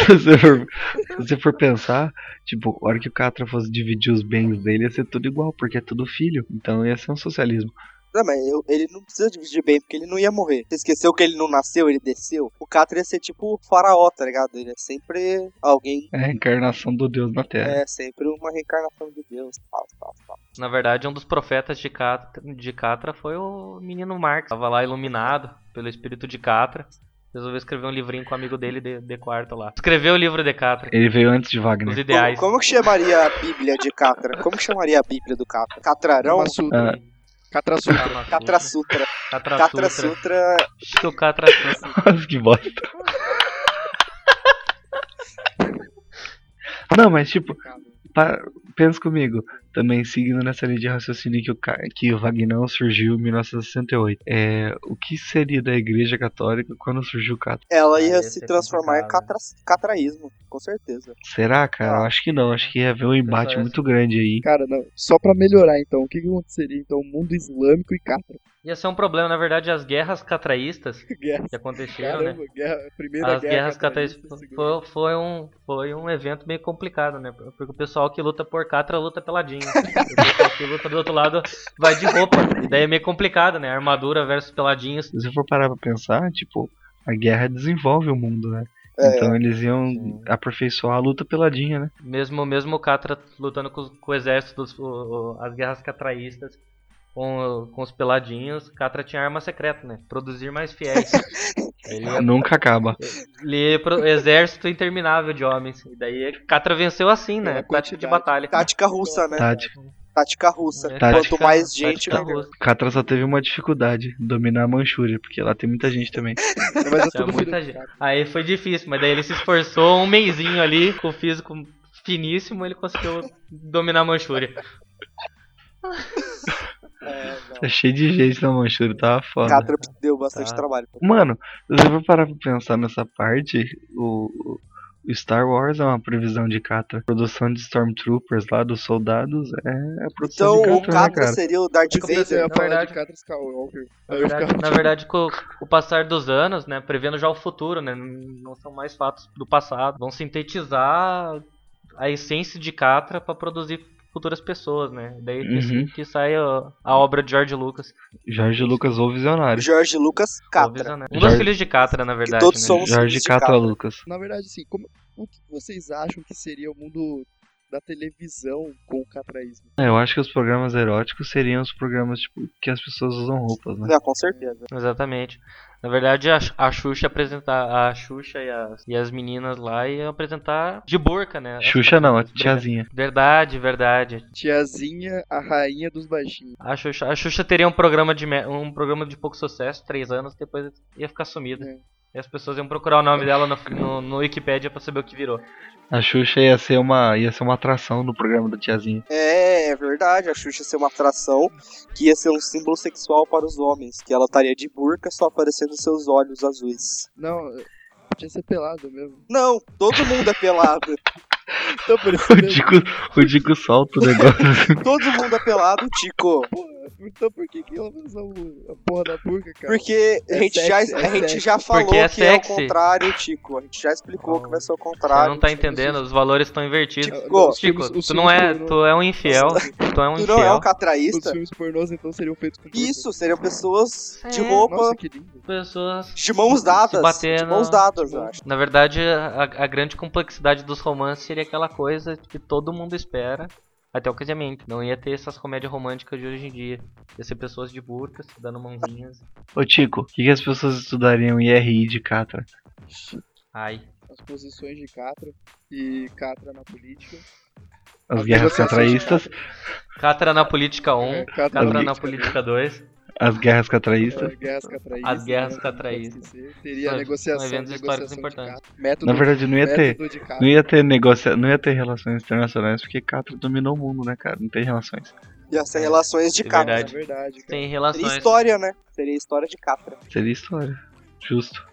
Speaker 4: você for, se você for pensar, tipo, a hora que o Catra fosse dividir os bens dele, ia ser tudo igual, porque é tudo filho. Então ia ser um socialismo.
Speaker 3: não, mas eu- ele não precisa dividir bem, porque ele não ia morrer. Você esqueceu que ele não nasceu, ele desceu? O Catra ia ser tipo o faraó, tá ligado? Ele é sempre alguém,
Speaker 4: É a encarnação do Deus na Terra.
Speaker 3: é sempre uma reencarnação de Deus, tal, tal, tal.
Speaker 6: Na verdade, um dos profetas de Catra, de Catra foi o menino Marx. Tava lá iluminado pelo espírito de Catra. Resolveu escrever um livrinho com o amigo dele de, de quarto lá. Escreveu o livro de Catra,
Speaker 4: Ele veio antes de
Speaker 6: Os
Speaker 4: Wagner.
Speaker 6: Ideais.
Speaker 3: Como, como que chamaria a Bíblia de Catra? Como que chamaria a Bíblia do Catra? Catrarão?
Speaker 5: Kama Sutra.
Speaker 4: Ah.
Speaker 5: Catra Sutra.
Speaker 3: Catra Sutra.
Speaker 6: Catra,
Speaker 3: Catra
Speaker 6: Sutra.
Speaker 3: Sutra.
Speaker 6: Acho que o Catra Sutra.
Speaker 4: Nossa, que bosta. Não, mas tipo, pa- pensa comigo. Também seguindo nessa linha de raciocínio que o, ca- que o Vagnão surgiu em 1968. É, o que seria da Igreja Católica quando surgiu o Catra?
Speaker 3: Ela
Speaker 6: Ah,
Speaker 3: ia
Speaker 6: ia
Speaker 3: se
Speaker 6: ser
Speaker 3: transformar em
Speaker 6: complicado.
Speaker 3: catra, catraísmo, com certeza.
Speaker 4: Será, cara? Eu acho que não. Acho que ia haver um embate
Speaker 6: Pessoal,
Speaker 4: muito grande aí.
Speaker 5: Cara, não. Só pra melhorar, então. O que, que aconteceria, então? Mundo islâmico e Catra.
Speaker 6: Ia ser um problema, na verdade, as guerras catraístas que
Speaker 5: Guerra.
Speaker 6: aconteceram, né?
Speaker 5: Caramba, guerra, primeira
Speaker 6: As
Speaker 5: guerra.
Speaker 6: guerras
Speaker 5: catraísta,
Speaker 6: catraístas
Speaker 5: segunda.
Speaker 6: foi, foi um, foi um evento meio complicado, né? Porque o pessoal que luta por Catra luta peladinho. o pessoal que luta do outro lado vai de roupa. E daí é meio complicado, né? Armadura versus peladinhos.
Speaker 4: Se você for parar pra pensar, tipo, a guerra desenvolve o mundo, né?
Speaker 3: É.
Speaker 4: Então eles iam aperfeiçoar a luta peladinha, né?
Speaker 6: Mesmo, mesmo o Catra lutando com, os- com o exército, dos, o- o- as guerras catraístas. Com, com os peladinhos, Catra tinha arma secreta, né? Produzir mais fiéis. Ele ia
Speaker 4: Nunca acaba.
Speaker 6: Lê pro exército interminável de homens. E daí Catra venceu assim,
Speaker 5: Pela
Speaker 6: né? Tática de
Speaker 5: quantidade.
Speaker 6: batalha.
Speaker 3: Tática russa, né?
Speaker 4: Tática.
Speaker 3: Tática russa.
Speaker 6: É,
Speaker 4: Tá- tática-
Speaker 3: Quanto mais gente,
Speaker 6: Tática
Speaker 3: melhor.
Speaker 6: russa.
Speaker 4: Catra só teve uma dificuldade, dominar a Manchúria, porque lá tem muita gente também.
Speaker 5: Não, mas é
Speaker 6: Tinha
Speaker 5: tudo
Speaker 6: muita
Speaker 5: filho.
Speaker 6: gente. Aí foi difícil, mas daí ele se esforçou um meizinho ali, com o físico finíssimo, ele conseguiu dominar a Manchúria.
Speaker 3: É, não.
Speaker 4: Tá cheio de gente na Manchúria, tava foda.
Speaker 3: Catra deu bastante
Speaker 6: Tá.
Speaker 3: trabalho.
Speaker 4: Mano, se você for parar pra pensar nessa parte, o, o Star Wars é uma previsão de Catra. A produção de Stormtroopers lá, dos soldados, é a produção
Speaker 3: Então o
Speaker 4: de Catra, né,
Speaker 3: Catra
Speaker 4: cara?
Speaker 3: seria o Darth
Speaker 5: Eu pensei, eu
Speaker 3: Vader.
Speaker 5: ia
Speaker 6: Na
Speaker 5: falar
Speaker 6: verdade-
Speaker 5: de Catra Skywalker.
Speaker 6: Na
Speaker 5: Aí eu
Speaker 6: verdade,
Speaker 5: ficava-
Speaker 3: tipo-
Speaker 6: na verdade, com com o passar dos anos, né? Prevendo já o futuro, né? Não são mais fatos do passado. Vão sintetizar a essência de Catra pra produzir futuras pessoas, né? Daí que-
Speaker 4: Uhum.
Speaker 6: que sai a, a obra de George Lucas.
Speaker 4: Jorge Lucas ou visionário.
Speaker 3: Jorge Lucas Catra.
Speaker 6: Talvez, né? Um
Speaker 4: Jorge-
Speaker 6: dos filhos de Catra, na verdade.
Speaker 3: todos
Speaker 6: né?
Speaker 3: somos-
Speaker 4: Jorge
Speaker 3: de
Speaker 4: Catra
Speaker 3: Catra.
Speaker 4: Lucas.
Speaker 5: Na verdade, assim, como, o que vocês acham que seria o mundo da televisão com o catraísmo?
Speaker 4: É, eu acho que os programas eróticos seriam os programas tipo, que as pessoas usam roupas, né?
Speaker 3: Não, com certeza.
Speaker 6: Exatamente. Na verdade, a, a Xuxa apresentar. A Xuxa e as, e as meninas lá iam apresentar de burca, né?
Speaker 4: Xuxa não, a tiazinha.
Speaker 6: Verdade, verdade.
Speaker 5: Tiazinha, a rainha dos baixinhos.
Speaker 6: A Xuxa, a Xuxa teria um programa de me- um programa de pouco sucesso, três anos, depois ia ficar sumida. E as pessoas iam procurar o nome dela no, no, no Wikipedia pra saber o que virou.
Speaker 4: A Xuxa ia ser uma, ia ser uma atração no programa da tiazinha.
Speaker 3: É, é verdade, a Xuxa ia ser uma atração que ia ser um símbolo sexual para os homens, que ela estaria de burca só aparecendo seus olhos azuis.
Speaker 5: Não, tinha que ser pelado mesmo.
Speaker 3: Não, todo mundo é pelado.
Speaker 5: Então por isso
Speaker 4: O
Speaker 5: mesmo.
Speaker 4: Dico, o Dico solta o negócio.
Speaker 3: Todo mundo é pelado, Tico.
Speaker 5: Então por que, que ela usou o- a porra da burca, cara?
Speaker 3: Porque a
Speaker 5: É
Speaker 3: gente, já,
Speaker 5: sexy, é
Speaker 3: a gente
Speaker 5: sexy.
Speaker 3: já falou
Speaker 6: Porque é
Speaker 3: que é o
Speaker 6: sexy.
Speaker 3: contrário, Tico. A gente já explicou que vai ser o
Speaker 6: Você
Speaker 3: contrário.
Speaker 6: não tá entendendo, os valores estão invertidos.
Speaker 5: Ah,
Speaker 3: Pô,
Speaker 5: os filmes-
Speaker 6: Chico,
Speaker 5: os
Speaker 6: tu não
Speaker 5: filmes
Speaker 6: é.
Speaker 5: pornô-
Speaker 6: Tu é um infiel. Tu é um
Speaker 3: Tu não é um
Speaker 6: infiel.
Speaker 5: Os
Speaker 3: catraísta?
Speaker 5: filmes pornôs então seriam feitos com burca.
Speaker 3: Isso, seriam pessoas de
Speaker 6: É.
Speaker 3: roupa,
Speaker 5: Nossa, que lindo.
Speaker 6: Pessoas.
Speaker 3: de mãos
Speaker 6: se
Speaker 3: dadas.
Speaker 6: bater
Speaker 3: de
Speaker 6: no-
Speaker 3: mãos dadas, eu acho.
Speaker 6: Na verdade, a, a grande complexidade dos romances seria aquela coisa que todo mundo espera. Até o casamento. Não ia ter essas comédias românticas de hoje em dia. Ia ser pessoas de burcas, dando mãozinhas.
Speaker 4: Ô Tico, o que, que as pessoas estudariam em RI de Catra?
Speaker 6: Ai.
Speaker 5: As posições de Catra e Catra na política.
Speaker 4: As guerras catraístas,
Speaker 6: Catra na política 1,
Speaker 5: É, Catra
Speaker 6: Catra
Speaker 4: As
Speaker 6: na política 2.
Speaker 4: as guerras catraístas.
Speaker 5: É, guerras catraístas.
Speaker 6: As guerras
Speaker 5: né,
Speaker 6: catraístas.
Speaker 5: não pode esquecer. Teria
Speaker 6: São-
Speaker 5: a negociação,
Speaker 6: são Tá, eventos históricos
Speaker 5: negociação
Speaker 6: importantes.
Speaker 5: de Catra.
Speaker 3: É,
Speaker 5: Método,
Speaker 4: Na verdade, não ia ter.
Speaker 5: método de Catra.
Speaker 4: Não ia ter negócio, não ia ter relações internacionais porque Catra dominou o mundo, né, cara? Não tem relações.
Speaker 3: Ia ser relações de
Speaker 6: É
Speaker 5: É
Speaker 3: Catra.
Speaker 6: verdade.
Speaker 5: verdade, cara.
Speaker 6: Tem
Speaker 3: Seria
Speaker 6: relações.
Speaker 3: história, né? Seria história de Catra.
Speaker 4: Seria história. Justo.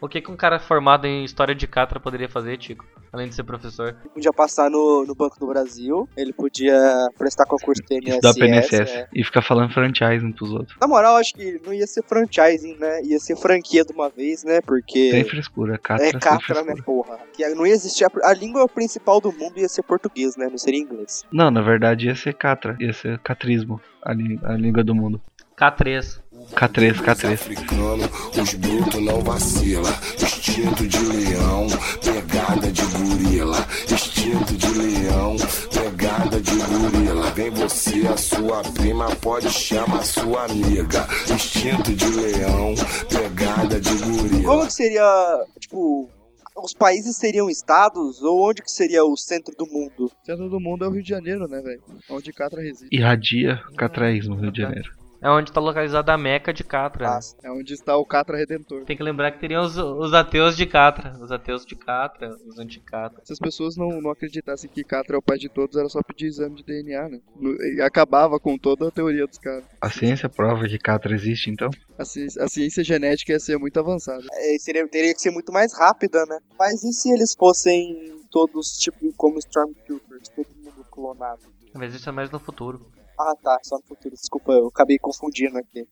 Speaker 6: O que, que um cara formado em história de Catra poderia fazer, Tico? Além de ser professor.
Speaker 3: Ele podia passar no, no Banco do Brasil, ele podia prestar concurso PNSS.
Speaker 4: Estudar PNSS.
Speaker 3: é.
Speaker 4: E ficar falando franchise um pros outros.
Speaker 3: Na moral, acho que não ia ser franchising, né? Ia ser franquia de uma vez, né? Porque...
Speaker 4: Tem frescura, Catra.
Speaker 3: É
Speaker 4: sem
Speaker 3: catra, né,
Speaker 4: frescura.
Speaker 3: porra? Que não ia existir. A, a língua principal do mundo ia ser português, né? Não seria inglês.
Speaker 4: Não, na verdade ia ser Catra. Ia ser Catrismo. A, lí- a língua do mundo.
Speaker 6: K3.
Speaker 4: K3,
Speaker 8: Os
Speaker 4: K3.
Speaker 8: africanos, os brutos não vacila. Instinto de leão, pegada de gorila. Instinto de leão, pegada de gorila. Vem você, a sua prima, pode chamar sua amiga. Instinto de leão, pegada de
Speaker 3: Como
Speaker 8: gorila.
Speaker 3: que seria, tipo, os países seriam estados? Ou onde que seria o centro do mundo?
Speaker 5: O centro do mundo é o Rio de Janeiro, né, velho? Onde Catra reside.
Speaker 4: Irradia Catraísmo, Rio de Janeiro.
Speaker 6: É onde tá localizada a Meca de Catra. né?
Speaker 3: Ah,
Speaker 5: É onde está o Catra Redentor.
Speaker 6: Tem que lembrar que teriam os, os ateus de Catra. Os ateus de Catra, os anticatra.
Speaker 5: Se as pessoas não, não acreditassem que Catra é o pai de todos, era só pedir exame de DNA, né? No- E acabava com toda a teoria dos caras.
Speaker 4: A ciência prova que Catra existe, então?
Speaker 5: A ciência, a ciência genética ia ser muito avançada.
Speaker 3: é, seria, teria que ser muito mais rápida, né? Mas e se eles fossem todos, tipo, como Stormtroopers? Todo mundo clonado.
Speaker 6: Mas isso é mais no futuro.
Speaker 3: Ah, tá. Só no futuro. Desculpa, eu acabei confundindo aqui.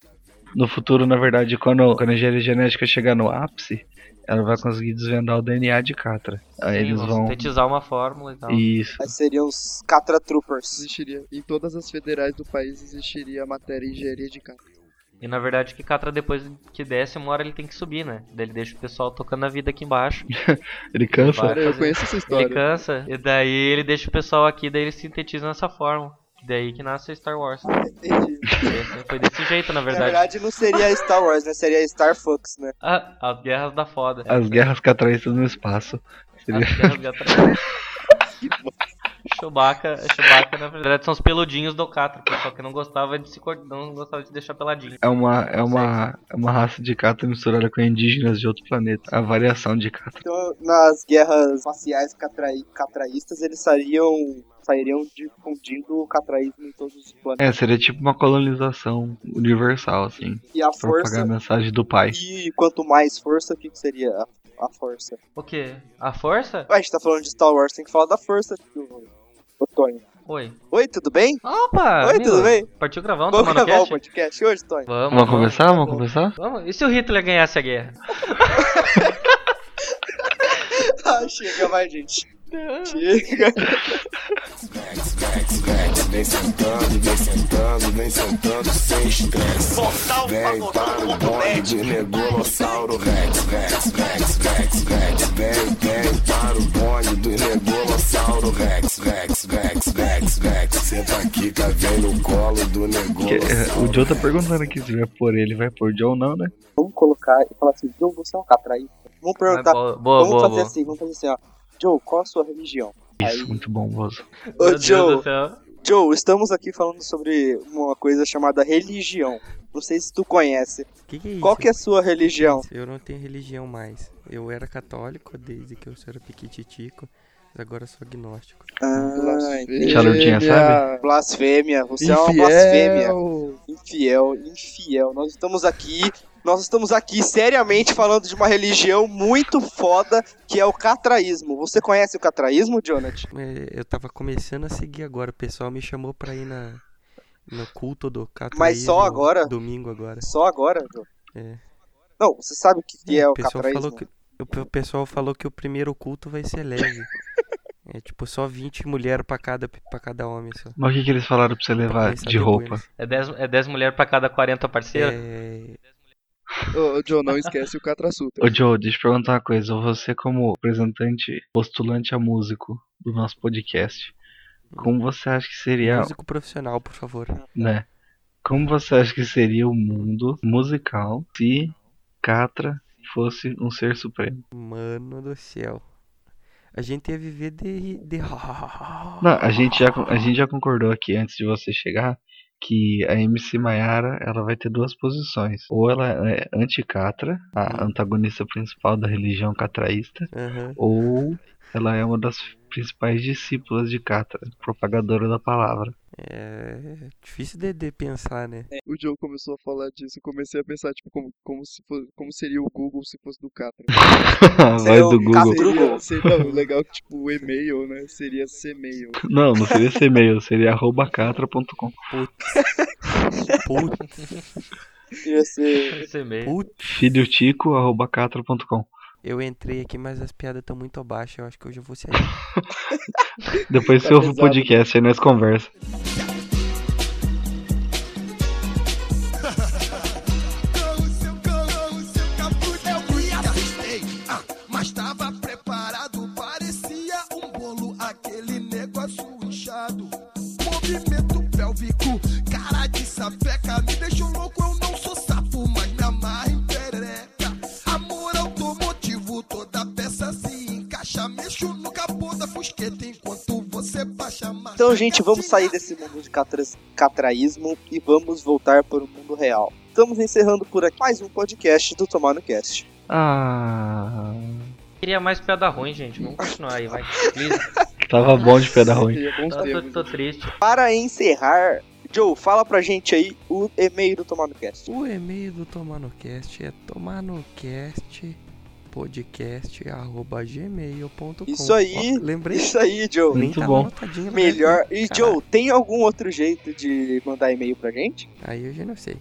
Speaker 4: No futuro, na verdade, quando, quando a engenharia genética chegar no ápice, ela vai conseguir desvendar o DNA de Catra. Aí
Speaker 6: Sim,
Speaker 4: Ah, eles
Speaker 6: vão
Speaker 4: vão.
Speaker 6: sintetizar uma fórmula e tal.
Speaker 4: Isso.
Speaker 3: Mas seriam os Catra Troopers.
Speaker 5: Existiria, em todas as federais do país existiria a matéria engenharia de Catra.
Speaker 6: E na verdade que Catra depois que desce, uma hora ele tem que subir, né? Daí ele deixa o pessoal tocando a vida aqui embaixo.
Speaker 4: Ele cansa.
Speaker 6: Vai.
Speaker 5: Cara, eu
Speaker 6: fazer-
Speaker 5: conheço essa
Speaker 6: ele
Speaker 5: história.
Speaker 6: cansa. E daí ele deixa o pessoal aqui, daí ele sintetiza nessa fórmula. Daí que nasce Star Wars.
Speaker 3: Entendi.
Speaker 6: Foi assim- Foi desse jeito, na
Speaker 3: Na
Speaker 6: verdade.
Speaker 3: É verdade, não seria Star Wars, né? Seria Star Fox, né?
Speaker 6: Ah, as guerras da foda.
Speaker 4: As guerras catraístas no espaço.
Speaker 6: As guerras da é Chewbacca, é Chewbacca, na verdade, são os peludinhos do Catra, pessoal que não gostava de se cort- não gostava de deixar peladinho.
Speaker 4: É uma, é uma, é uma raça de Catra misturada com indígenas de outro planeta. A variação de Catra.
Speaker 3: Então, nas guerras faciais catrai- catraístas, eles sairiam, sairiam difundindo o catraísmo em todos os planetas.
Speaker 4: É, seria tipo uma colonização universal, assim.
Speaker 3: E
Speaker 5: É,
Speaker 4: Propagar
Speaker 3: a
Speaker 4: a
Speaker 3: força,
Speaker 4: mensagem do pai.
Speaker 3: e quanto mais força, o que, que seria a, a força?
Speaker 6: O quê? A força?
Speaker 3: Ué, a gente tá falando de Star Wars, tem que falar da força, tio Tony.
Speaker 6: Oi.
Speaker 3: Oi, tudo bem?
Speaker 5: Tá
Speaker 6: Opa!
Speaker 3: Oi,
Speaker 6: amigo.
Speaker 3: tudo bem?
Speaker 6: Partiu gravando,
Speaker 3: Vamos
Speaker 6: tomando
Speaker 3: gravar o
Speaker 6: cast?
Speaker 3: podcast hoje, Tony?
Speaker 6: Vamos,
Speaker 4: Vamos conversar? Vamos conversar?
Speaker 6: Vamos. E se o Hitler ganhasse a guerra?
Speaker 3: Ah, chega, vai, gente. Chega.
Speaker 8: Vem sentando, vem sentando, vem sentando sem estresse. Vem para o bonde de Negolossauro Rex, Rex, Rex, Rex, Rex. Vem, vem para o bonde do Negolossauro Rex, Rex, Rex, Rex, Rex. Senta aqui, tá vendo o colo do
Speaker 4: Que- é,
Speaker 8: Negolossauro.
Speaker 4: o Joe tá perguntando aqui se vai pôr ele. Vai pôr Joe ou não, né?
Speaker 3: Vamos colocar e falar assim, Joe, você é um catraísta? Vamos perguntar,
Speaker 6: boa, boa,
Speaker 3: tá. vamos
Speaker 6: boa.
Speaker 3: fazer
Speaker 6: boa.
Speaker 3: assim, vamos fazer assim, ó. Joe, qual a sua religião?
Speaker 4: Isso, muito bom, Bozo.
Speaker 6: Meu
Speaker 3: Ô,
Speaker 6: Deus
Speaker 3: Joe,
Speaker 6: do céu.
Speaker 3: Joe, estamos aqui falando sobre uma coisa chamada religião. Não sei se tu conhece.
Speaker 9: Que que é isso?
Speaker 3: Qual que é a sua religião?
Speaker 9: Eu não tenho religião mais. Eu era católico desde que eu
Speaker 5: Ah,
Speaker 9: era piquititico, mas agora eu sou agnóstico.
Speaker 3: Ah, entendi.
Speaker 4: Tia Lourdinha, sabe?
Speaker 3: Blasfêmia, você é uma blasfêmia. Infiel, infiel. Nós estamos aqui, nós estamos aqui seriamente falando de uma religião muito foda que é o catraísmo. Você conhece o catraísmo, Jonathan?
Speaker 9: É, Eu tava começando a seguir agora. O pessoal me chamou pra ir na, no culto do católico.
Speaker 3: Mas só agora?
Speaker 9: Domingo agora.
Speaker 3: Só agora, Joe?
Speaker 9: É.
Speaker 3: Não, você sabe o que que é, o
Speaker 9: pessoal
Speaker 3: catraísmo?
Speaker 9: falou que o pe- o pessoal falou que o primeiro culto vai ser leve. é tipo só 20 mulheres pra cada para cada homem só.
Speaker 4: Mas o que, que eles falaram pra você
Speaker 9: Pra
Speaker 4: levar
Speaker 9: começar
Speaker 4: de roupa?
Speaker 9: depois.
Speaker 6: É 10 é dez mulheres pra cada 40 parceiros?
Speaker 9: É,
Speaker 5: Ô, ô, Joe, não esquece o Catra Sutra.
Speaker 4: Ô Joe, deixa eu te perguntar uma coisa. Você, como representante, postulante a músico do nosso podcast, como você acha que seria,
Speaker 9: músico profissional, por favor.
Speaker 4: né? Como você acha que seria o mundo musical se Catra fosse um ser supremo?
Speaker 9: Mano do céu. A gente ia viver de de
Speaker 4: Não, a gente já, a gente já concordou aqui antes de você chegar que a MC Maiara ela vai ter duas posições. Ou ela é anti-Catra, a antagonista principal da religião catraísta,
Speaker 9: Aham.
Speaker 4: ou ela é uma das principais discípulas de Catra, propagadora da palavra.
Speaker 9: É difícil de, de pensar, né?
Speaker 3: É.
Speaker 5: O Joe começou a falar disso. Eu comecei a pensar, tipo, como, como, se fosse- como seria o Google se fosse do Catra.
Speaker 4: Vai
Speaker 3: Seu
Speaker 4: do Google.
Speaker 3: Catra-
Speaker 5: Seria,
Speaker 3: Google.
Speaker 5: seria, não, o legal é que, tipo, o e-mail, né? Seria Cmail.
Speaker 4: Não, não seria esse e-mail, seria arroba catra.com.
Speaker 9: Putz,
Speaker 3: Ia ser-
Speaker 6: Esse e-mail.
Speaker 9: putz.
Speaker 4: Filhotico, arroba catra.com.
Speaker 9: Eu entrei aqui, mas as piadas estão muito abaixo. Eu acho que hoje eu vou sair.
Speaker 4: Depois
Speaker 5: Tá
Speaker 4: você ouve o
Speaker 5: pesado.
Speaker 4: podcast, aí nós conversa.
Speaker 7: Mas tava preparado, parecia um bolo, aquele negócio inchado. Movimento pélvico, cara de sapeca, me deixou louco, eu não sou sapo, mas me amarra em perereca. Amor automotivo, toda peça se encaixa, mexo no capô da fusqueta enquanto você baixa mais.
Speaker 3: Então, gente, vamos sair desse mundo de catras- catraísmo e vamos voltar para o mundo real. Estamos encerrando por aqui mais um podcast do Tomar no Cast.
Speaker 4: Ah,
Speaker 6: Queria mais piada ruim, gente. Vamos continuar aí, vai. Please.
Speaker 4: tava bom de pedra ruim.
Speaker 5: Seria bons
Speaker 6: Tô, tô-
Speaker 5: termos.
Speaker 6: tô triste.
Speaker 3: Para encerrar, Joe, fala pra gente aí o e-mail do Tomar no Cast.
Speaker 9: O e-mail do Tomanocast é tomanocastpodcast.gmail.com
Speaker 3: Isso aí.
Speaker 9: Lembrei?
Speaker 3: Isso aí, Joe.
Speaker 9: Nem
Speaker 4: Muito
Speaker 9: tava
Speaker 4: bom.
Speaker 9: anotadinho, né?
Speaker 3: Melhor. E
Speaker 9: Caraca.
Speaker 3: Joe, tem algum outro jeito de mandar e-mail pra gente?
Speaker 9: Aí eu já não sei.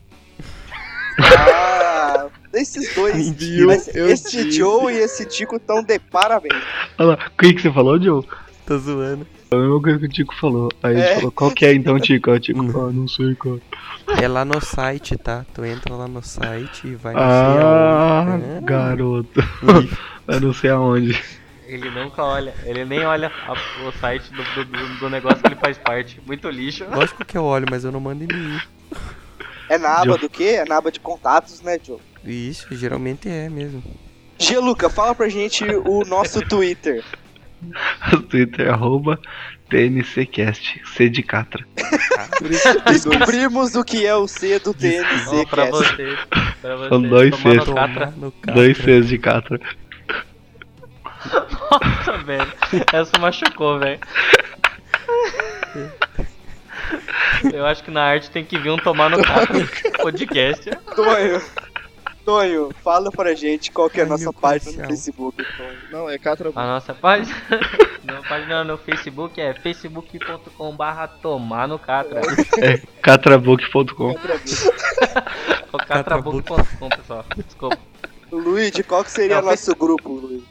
Speaker 3: Ah, esses dois.
Speaker 5: Viu?
Speaker 3: Mas
Speaker 5: Eu
Speaker 3: esse
Speaker 5: disse.
Speaker 3: Joe e esse Tico estão de parabéns.
Speaker 4: Olha lá, o que, que você falou, Joe?
Speaker 9: Tô zoando.
Speaker 4: É a mesma coisa que o Tico falou. Aí
Speaker 3: É.
Speaker 4: ele falou, qual que é então, Tico? Aí o Tico, ah, não sei, cara.
Speaker 9: É lá no site, tá? Tu entra lá no site e vai no
Speaker 4: Ah,
Speaker 9: sei aonde. É.
Speaker 4: garoto. Eu não sei aonde.
Speaker 6: Ele nunca olha, ele nem olha a- o site do, do- do- do negócio que ele faz parte. Muito lixo.
Speaker 9: Ah, Lógico que eu olho, mas eu não mando e-mail.
Speaker 3: É na aba
Speaker 4: Joe.
Speaker 3: do quê? É na aba de contatos, né, Joe?
Speaker 9: Isso, geralmente é mesmo.
Speaker 3: Geluca, fala pra gente o nosso Twitter.
Speaker 4: Twitter, arroba TNCcast, C de Catra.
Speaker 5: Por isso que tem dois.
Speaker 3: Descobrimos o que é o C do TNC
Speaker 6: Ó, pra
Speaker 3: Cast.
Speaker 6: vocês, pra vocês.
Speaker 4: São dois
Speaker 6: tomando
Speaker 4: sextos.
Speaker 6: catra.
Speaker 9: no catra.
Speaker 4: Dois Cs de Catra.
Speaker 6: Nossa, velho. Essa machucou, velho. Eu acho que na arte tem que vir um tomar no catra podcast.
Speaker 3: Tonho, Tonho, fala pra gente qual que é a
Speaker 9: Ai,
Speaker 3: nossa
Speaker 9: meu
Speaker 3: página no
Speaker 9: coração.
Speaker 3: Facebook.
Speaker 5: Não, é Catra.
Speaker 6: A nossa página, a página no Facebook é facebook.com.br tomar no catra.
Speaker 4: É catrabook.com.
Speaker 6: Ou catrabuco.com, pessoal. Desculpa.
Speaker 3: Luigi, qual que seria
Speaker 6: Não, foi-
Speaker 3: nosso grupo, Luigi?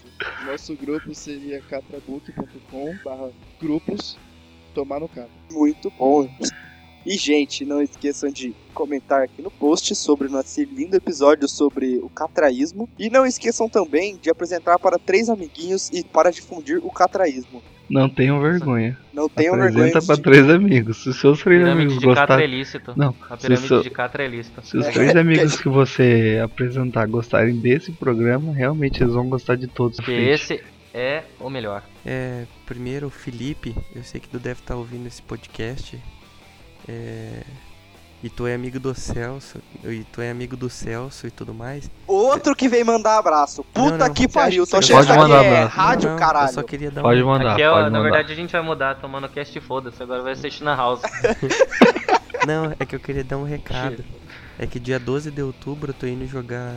Speaker 5: Nosso grupo seria catrabook.com barra grupos tomar no cara.
Speaker 3: Muito bom. E, gente, não esqueçam de comentar aqui no post sobre nosso lindo episódio sobre o catraísmo. E não esqueçam também de apresentar para três amiguinhos e para difundir o catraísmo.
Speaker 4: Não tenham vergonha.
Speaker 3: Não tenham vergonha
Speaker 4: Apresenta pra
Speaker 3: de...
Speaker 4: três amigos. Se os seus três
Speaker 6: Pirâmide
Speaker 4: amigos
Speaker 6: de catra é
Speaker 4: gostarem.
Speaker 6: ilícito.
Speaker 4: Não, se,
Speaker 6: A
Speaker 4: os
Speaker 6: pirâmide
Speaker 4: seu-
Speaker 6: de catra é ilícita.
Speaker 4: se os
Speaker 3: É.
Speaker 4: três amigos que você apresentar gostarem desse programa, realmente eles vão gostar de todos.
Speaker 6: Porque
Speaker 4: Fritz.
Speaker 6: esse é o melhor.
Speaker 9: É, primeiro, Felipe, eu sei que tu deve estar ouvindo esse podcast. É, e tu é amigo do Celso, e tu é amigo do Celso e tudo mais.
Speaker 3: Outro que vem mandar abraço. Puta
Speaker 9: Não, não,
Speaker 3: que
Speaker 9: você acha
Speaker 3: pariu,
Speaker 9: que
Speaker 3: tô
Speaker 9: você
Speaker 3: achando que
Speaker 4: pode
Speaker 3: isso
Speaker 4: mandar
Speaker 3: aqui é
Speaker 4: abraço.
Speaker 3: rádio,
Speaker 9: Não, não,
Speaker 3: caralho.
Speaker 9: Eu só queria dar
Speaker 4: Pode
Speaker 9: um...
Speaker 4: mandar,
Speaker 6: Aqui, ó,
Speaker 4: pode
Speaker 6: na
Speaker 4: mandar.
Speaker 6: verdade a gente vai mudar, tomando cast foda-se, agora vai ser China House.
Speaker 9: Não, é que eu queria dar um recado. É que dia 12 de outubro eu tô indo jogar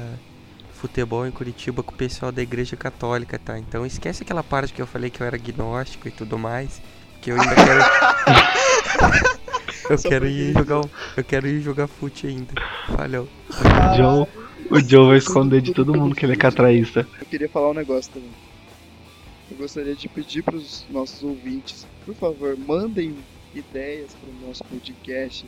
Speaker 9: futebol em Curitiba com o pessoal da Igreja Católica, tá? Então esquece aquela parte que eu falei que eu era agnóstico e tudo mais, que eu ainda quero Eu
Speaker 5: Só
Speaker 9: quero
Speaker 5: porque
Speaker 9: ir
Speaker 5: ele-
Speaker 9: jogar, um- eu quero ir jogar fute ainda. Valeu.
Speaker 6: é
Speaker 4: O Joe, o Joe vai esconder de todo mundo que ele é catraísta.
Speaker 5: Eu queria falar um negócio também. Eu gostaria de pedir para os nossos ouvintes, por favor, mandem ideias para o nosso podcast,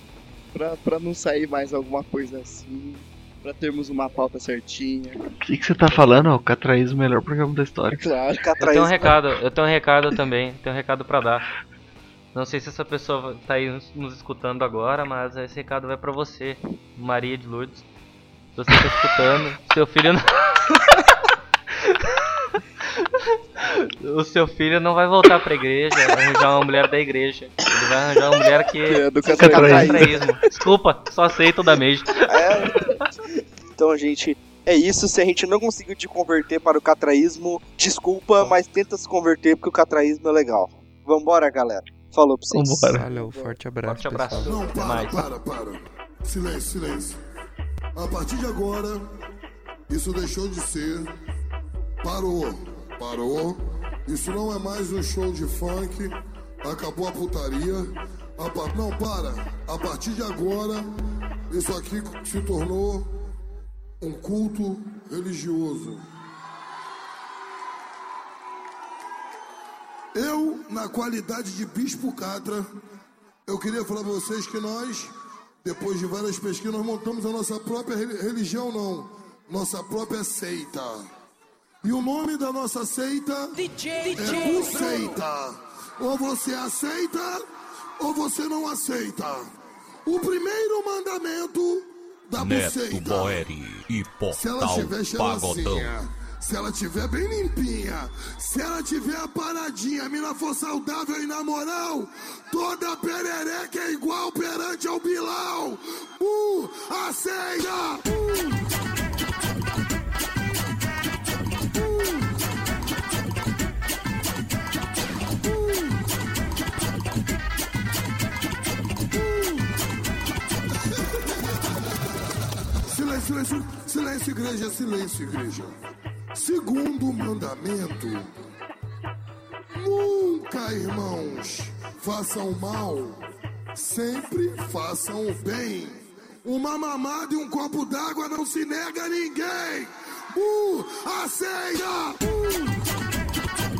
Speaker 5: para não sair mais alguma coisa assim, para termos uma pauta certinha.
Speaker 4: O que, que você tá falando? ó? O catraísmo é o melhor programa da
Speaker 5: É
Speaker 4: história.
Speaker 5: claro.
Speaker 3: Fica
Speaker 6: Eu tenho um
Speaker 3: atrás.
Speaker 6: recado, eu tenho um recado também, tenho um recado pra dar. Não sei se essa pessoa tá aí nos- nos escutando agora, mas esse recado vai pra você, Maria de Lourdes. Se você tá escutando, seu filho não... O seu filho não vai voltar pra igreja, vai arranjar uma mulher da igreja. Ele vai arranjar uma mulher que...
Speaker 5: Que é do
Speaker 6: que é
Speaker 5: catraísmo.
Speaker 6: catraísmo. Desculpa, só aceito da mesma.
Speaker 3: É. Então, gente, é isso. Se a gente não conseguiu te converter para o catraísmo, desculpa, mas tenta se converter porque o catraísmo é legal. Vambora, galera. Falou pra vocês.
Speaker 4: Vambora.
Speaker 9: Valeu, forte abraço.
Speaker 6: Forte abraço.
Speaker 9: pessoal.
Speaker 8: Não,
Speaker 6: Até
Speaker 8: para,
Speaker 6: mais.
Speaker 8: para, para. Silêncio, silêncio. A partir de agora, isso deixou de ser. Parou, parou. Isso não é mais um show de funk. Acabou a putaria. A pa- Não, para. A partir de agora, isso aqui se tornou um culto religioso. Eu, na qualidade de bispo catra, eu queria falar pra vocês que nós, depois de várias pesquisas, nós montamos a nossa própria re- religião, não, nossa própria seita. E o nome da nossa seita é o Seita. Ou você aceita ou você não aceita. O primeiro mandamento da
Speaker 10: Neto
Speaker 8: buceita.
Speaker 10: Boeri e
Speaker 8: Se ela
Speaker 10: Portal
Speaker 8: tiver
Speaker 10: Pagodão.
Speaker 8: cheirosinha, se ela tiver bem limpinha, se ela tiver a paradinha, a mina for saudável e na moral, toda perereca é igual perante ao Bilal. Uh, aceita! Silêncio, silêncio, silêncio, igreja, silêncio, igreja. Segundo mandamento, nunca, irmãos, façam mal, sempre façam o bem. Uma mamada e um copo d'água não se nega a ninguém. Uh, aceita! Uh.